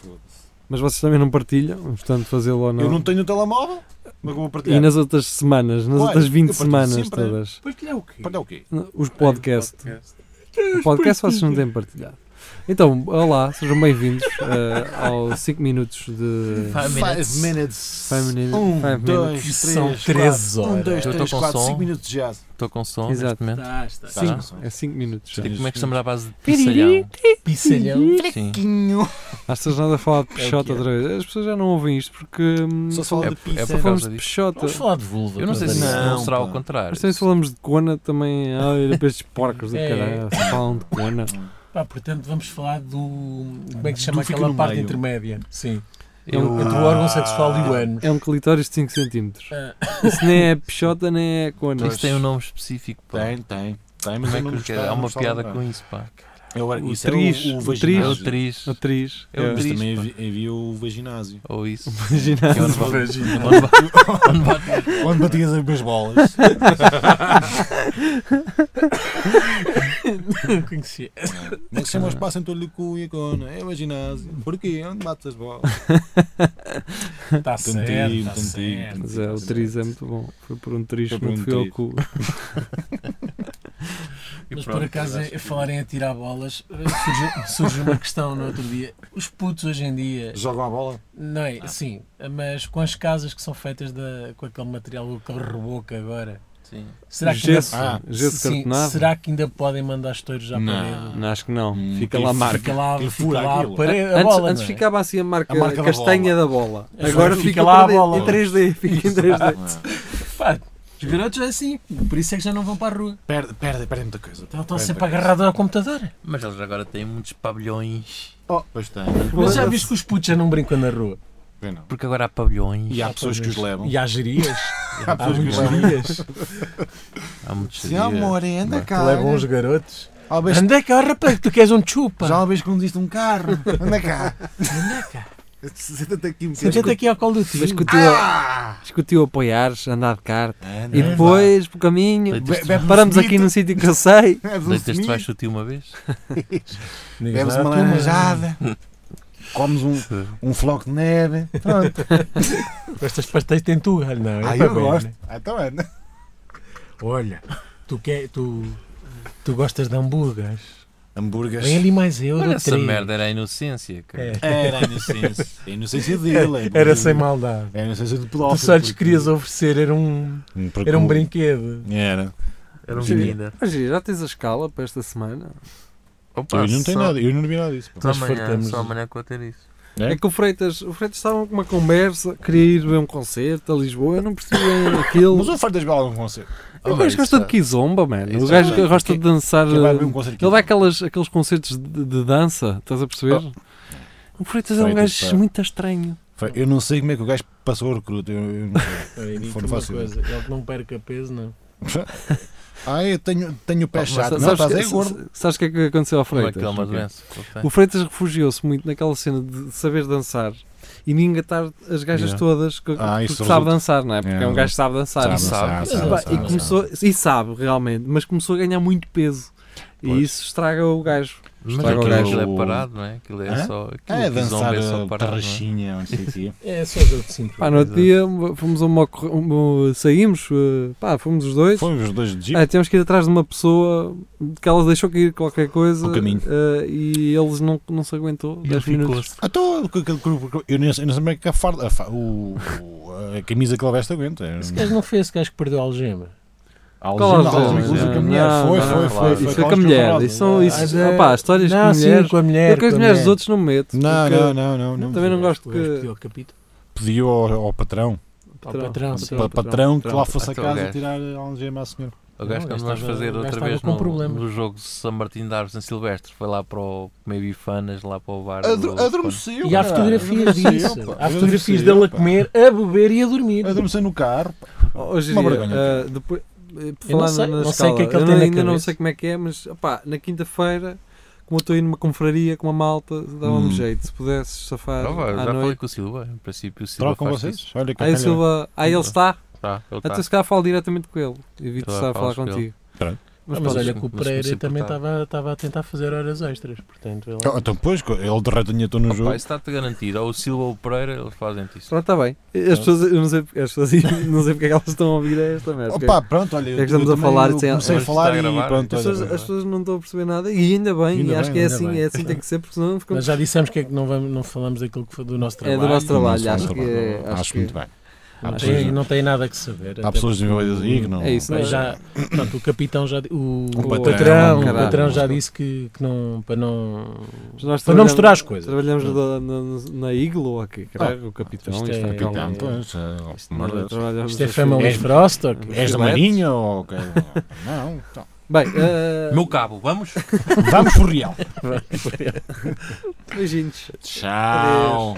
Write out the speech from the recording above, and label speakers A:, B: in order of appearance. A: Foda-se.
B: Mas vocês também não partilham, portanto, fazê-lo ou não.
A: Eu não tenho um telemóvel, mas vou partilhar.
B: E nas outras semanas, nas
A: Olha,
B: outras 20
A: eu partilho
B: semanas
A: sempre. né?
B: todas.
C: Partilhar é o quê?
A: Partilhar o quê?
B: Os podcasts. O podcast vocês não têm partilhado. Então, olá, sejam bem-vindos eh, ao 5 minutos de.
C: Five minutes.
A: Five minutes.
B: Five minutes.
A: Um,
B: Five
A: dois,
C: minutes.
A: três,
C: São 13
A: quatro. Um,
C: horas.
A: dois,
D: Eu tô
A: três,
D: com
A: quatro,
D: som. Tá,
A: cinco minutos de jazz.
D: Estou com som
B: Exato.
D: neste momento.
C: Está, Tá, está.
D: Sim.
C: está.
B: É 5 minutos. já.
D: Tipo, como é que estamos à base de
B: Piriri.
D: pissalhão?
C: Pissalhão.
D: Sim.
B: Acho que estás nada a falar de peixota
C: que é.
B: outra vez. As pessoas já não ouvem isto porque. hum,
A: Só se fala
D: É
A: de
D: por- é
A: pizza.
D: por
B: falamos
D: causa
B: de
D: disto.
B: peixota.
C: Vamos falar de vulva.
D: Eu não sei se isso
A: Não,
D: não será ao
A: pá.
D: contrário.
B: Mas também se falamos de cona também. Ah, era para estes porcos do
C: É.
B: caralho. se Falam de cona.
C: Pá, portanto, vamos falar do. Como é que se chama
A: Do fica
C: aquela
A: no
C: parte
A: meio.
C: intermédia? Sim.
B: Eu- Ah.
C: Eu, entre o órgão sexual e o ânus.
B: É um clitóris de 5 cm.
C: Ah,
B: Isso nem é peixota nem é cona.
D: Isto tem um nome específico, pá.
A: Tem, tem. Tem, mas
D: Como é
A: eu não
D: que
A: gostava,
D: Há
A: não
D: uma
A: gostava
D: piada
A: de
D: com isso, pá.
A: lembrar. Eu agora-
B: O
A: isso era o-
B: triz,
A: o
B: o
D: É
B: triz.
A: vaginásio.
D: o triz.
B: Atriz.
D: É o
A: Mas
D: triz, É
A: também
D: pá.
A: havia- havia o vaginásio.
D: Ou isso.
B: Imaginar.
D: Onde
C: Não,
D: vai-
C: vagina.
D: onde vai- onde vai-
A: Onde batias as minhas bolas.
C: Não conhecia.
A: Como é que se chama o espaço entre o Licu e a cona? É o vaginásio. Porquê? Onde bates as bolas?
C: Está
A: Tantinho,
C: certo. Está
A: tantinho.
C: certo.
B: Mas é, o triz é muito bom. Foi por um triz
A: Foi
B: que
A: por
B: me
A: um
B: fui ao
A: triz.
B: cu.
D: E
C: Mas por
D: pronto,
C: acaso,
D: acho
C: a
D: que-
C: falarem a tirar bolas, ah, surge, surge uma questão no outro dia. Os putos hoje em dia,
A: Jogam a bola?
C: não é? Sim, mas com as casas que são feitas da, com aquele material que reboca agora,
D: Sim.
C: será que,
B: Gesso.
C: ainda,
A: Ah,
B: Gesso
C: sim,
B: cartonado.
C: será que ainda podem mandar os touros já para
A: Não.
C: dentro?
B: Não, acho que não.
A: Hum,
B: Fica
A: que
B: lá a
A: f-
B: marca.
C: Fica lá,
A: Aquilo
C: fica
A: fura
C: lá a
A: aquilo. Ah,
C: parede, a
B: antes
C: bola,
B: antes
C: não é?
B: ficava assim a marca,
A: A marca da
B: castanha da bola.
C: Agora
B: Agora
C: É, fica
B: fica,
C: lá a
B: em-
C: bola.
B: em 3D. Fica em 3D.
A: é?
C: Pá, os garotos é assim, por isso é que já não vão para a rua.
A: Perde, perde, perde muita coisa.
C: Estão, Então estão
A: Perde
C: sempre
A: muita
C: agarrados ao computador.
D: Mas eles agora têm muitos pavilhões.
A: coisa. Oh, pois tem.
C: Mas já viste que os putos já não brincam na rua?
A: Vê não.
D: Porque agora há pavilhões.
A: E há pessoas que os levam.
C: E há gerias.
A: Há
C: Há
A: pessoas que
C: muitos
A: os levam.
C: gerias
D: Há muitos
A: Sim, amor, anda
C: que
A: cá.
C: levam os garotos.
A: Há uma vez-
C: Anda cá, rapaz, tu queres um chupa?
A: Já uma vez conduziste um carro. Anda cá. Senta-te aqui um bocadinho.
C: Senta-te aqui ao colo do tio.
B: Mas que o teu,
A: Ah!
B: acho que o teu apoiares, andar de carta.
C: É
A: Anda,
B: E
A: vai.
B: depois, pelo caminho,
D: Leite-
A: Be- bebe um
B: paramos aqui
A: semito.
B: num sítio que eu sei.
A: Bebes um
D: Deitas-te
A: semito,
D: baixo do tio uma vez?
C: Diz
A: bebes
C: lá,
A: uma
C: tu, mas-
A: laranjada. Comes um, um floco de neve. Pronto.
C: Estas pastéis têm tu, ah, não. é
A: Ah,
C: para
A: eu
C: ver,
A: gosto.
C: né?
A: Ah, Então anda.
C: Olha, tu, quer, tu, tu gostas de hambúrgueres.
A: Hambúrgueres.
C: Vem ali mais euro.
D: Olha, essa
C: três.
D: merda era a inocência, cara.
C: É,
A: Era a inocência. A inocência dele. é
C: Era
A: porque-
C: sem maldade.
A: Era a inocência do é pedófilo.
C: Tu só lhes
A: porque- hum,
C: querias oferecer, era um,
A: porque- É,
C: era um brinquedo.
A: Era.
D: Era um
B: Sim.
D: menino.
B: Mas já tens a escala para esta semana?
D: Opa,
A: Eu não tenho
D: Ah, só-
A: nada. Eu não vi nada disso. pá.
D: Só
C: Nós
D: amanhã,
C: fartamos.
D: só amanhã que vou ter isso.
A: É?
B: É que o Freitas, o Freitas estava com uma conversa, queria ir ver um concerto a Lisboa, eu não percebi bem aquilo. Ah, é.
A: Mas o Fartas vai a algum concerto.
B: O
D: Olha,
B: gajo gosta
D: isso-
B: de kizomba, mano.
D: isso
B: O gajo
D: também.
B: gosta de dançar.
A: Quem vai ver um
B: uh,
A: concerto aqui?
B: Ele é. vai àquelas, àqueles concertos de, de dança, estás a perceber? O Freitas é um
A: Freitas,
B: gajo
A: pá.
B: muito estranho.
A: Foi- Eu não sei como é que o gajo passou o recruto. Eu, eu não sei.
C: Olha, digo-te
A: Foi
C: uma
A: fácil.
C: coisa, ele que não perca peso, não.
A: ah, eu tenho, tenho o pé
B: Mas
A: chato.
B: sa-
A: Não, tá estás
B: sabes, que-
A: aí
B: sa-
A: gordo.
B: sabes o que é que aconteceu ao
D: Como
B: Freitas?
A: tá,
D: é que é uma doença que ele tem?
B: O Freitas refugiou-se muito naquela cena de saber dançar e de engatar as gajas
D: Yeah.
B: todas que,
A: Ah,
B: que
A: isso
B: sabe
A: resulta.
B: dançar, não é? Porque é um
A: Yeah.
B: gajo que sabe dançar.
A: Sabe,
D: E sabe,
A: sabe,
B: Pá,
A: sabe,
B: e,
A: sabe.
B: começou, e sabe realmente, mas começou a ganhar muito peso.
A: Pois.
B: E isso estraga o gajo.
D: Mas
B: Estraga o
D: aquilo,
B: gajo.
D: aquilo é parado, não é? Aquilo é
A: Hã?
D: só. Aquilo
A: É
D: que os
A: dançar tá
D: zombies só
A: a
D: parado, não é?
A: tarraxinha, não sei o quê.
C: É só jogo de cinco.
B: Pá, no outro
D: Exato.
B: dia fomos a uma, corre- uma- saímos, eh, pá, fomos os dois.
A: Fomos os dois de jeep.
B: Ah, temos que ir atrás de uma pessoa que ela deixou cair qualquer coisa
A: Ao caminho.
B: eh, e eles não, não se aguentou.
D: E ele assim,
B: 10 minutos.
D: ficou-se.
A: Ah, Então, com aquele grupo- eu nem eu nem sei como é que a farda, a, fa- o, o- a camisa que ele veste aguenta. É
C: Esse
A: um-
C: gajo não foi esse gajo que perdeu a algema.
B: Qual
A: algema,
B: as
A: algema,
B: duas?
A: inclusive, com a
B: Não,
A: mulher.
B: não,
A: Foi,
B: não,
A: foi,
D: claro.
A: foi, foi.
B: Isso foi
A: com
B: com a
A: os
B: mulher.
A: cavalos.
B: Isso são isso,
C: Ah,
B: opá, histórias
C: não,
B: com mulheres.
C: sim, com a mulher.
B: Eu com as
C: com a
B: mulheres
C: mulher.
B: dos outros não me meto.
A: Não,
B: porque
A: não, não, não, não.
B: Também não gosto
C: O gajo
B: que.
C: pediu ao capítulo.
A: Pediu ao, ao patrão,
C: Ao patrão, sim.
A: pa- patrão, que lá fosse a
D: Patrão,
A: casa
D: gajo.
A: tirar a algema à senhora.
D: O gajo,
C: Não,
D: quando
C: o gajo
D: nós
C: estava-
D: fazer
C: o gajo
D: outra
C: estava
D: vez
C: com
D: no,
C: problemas.
D: no jogo de São Martim de Aves em Silvestre, foi lá para o Maybe Fanas, lá para o bar.
A: Adro-
D: do-
A: Adormeceu.
C: E há
B: Ah,
A: cara.
C: fotografias
A: Adormeceu,
C: disso.
A: pá.
C: Há fotografias
A: Adormeceu,
C: dele a
A: pá.
C: comer, a beber e a dormir.
A: Adormeceu no carro. pá.
B: Hoje
A: Uma vergonha.
B: depois. eh, por
C: Eu não
B: falar
C: sei,
B: na- na
C: não sei o que
B: escala,
C: é que ele
B: eu
C: tem na
B: ainda não
C: cabeça.
B: sei como é que é, mas opá, na quinta-feira, como eu estou aí numa confraria com uma malta, dava-me
A: Hum.
B: jeito se pudesses safar
D: Ah, vá,
B: à
D: já falei
B: noite.
D: com o Silva, em princípio o Silva
A: Trocam
D: faz
A: vocês?
D: isso.
A: Olha que
B: Aí,
A: calhar.
B: Silva, aí ele está.
D: Tá, ele
B: Até
D: tá.
B: se calhar falo diretamente com ele. Evito
D: Então,
B: estar a falar
D: falas com ele.
B: contigo.
C: Ah, Mas,
D: podes-
C: olha que o
D: mas- mas
C: Pereira
D: se
C: também
D: importar.
C: estava estava a tentar fazer horas extras, portanto, ele-
A: Então,
B: Oh,
A: então, pois, ele derrete a dinheiro no
D: Opa,
A: jogo.
D: isso está-te garantido. Ou o Silva ou o Pereira, eles fazem-te isso.
B: Pronto, está bem. As pessoas, eu não sei, as pessoas, não sei porque é que elas estão a ouvir esta merda.
A: Opa, pronto, olha. eu-
B: que estamos
A: eu
B: a
A: também-
B: falar
A: eu
B: sem-
A: Comecei a
D: Mas
A: falar
D: está
A: e
D: a gravar.
A: pronto.
B: as,
A: olha,
B: pessoas,
A: agora.
B: as pessoas não estão a perceber nada e ainda bem,
A: Ainda
B: e acho
A: bem,
B: que é
C: ainda
B: assim,
C: bem.
B: é assim tem que ser, porque senão ficamos.
C: Mas já dissemos que é que não, vamos, não falamos daquilo que foi do nosso
B: É
C: trabalho.
B: do nosso trabalho,
A: Não,
B: acho que. é-
A: acho,
B: Acho
A: muito
B: que-
A: bem.
C: Não,
A: Há
C: tem,
A: pessoas,
C: não tem nada que saber.
A: há
C: até
A: pessoas desenvolvidas aí que não.
B: É isso,
C: Bem,
B: não
C: já, portanto, o capitão já di- o, o
A: patrão,
B: caralho.
C: patrão, o patrão já disse que, que não para não
B: Mas nós
C: para não
B: trabalhamos-
C: misturar as coisas.
B: Trabalhamos na, na, na Iglo ou aqui, caralho, o capitão.
C: Ah, isto
B: isto
C: é-
B: aquilo.
A: Capitão,
C: é-
A: pois, é, oh,
B: Isto
A: por amor de
B: não é-
A: Deus.
B: trabalhamos
C: Isto é
B: as
C: Family
B: coisas.
C: Frostock.
A: És da
B: Filetes.
A: Marinha ou. quê? Não, então.
B: Bem, eh,
D: Meu cabo, vamos?
A: Vamos pro Real.
B: beijinhos.
A: Tchau.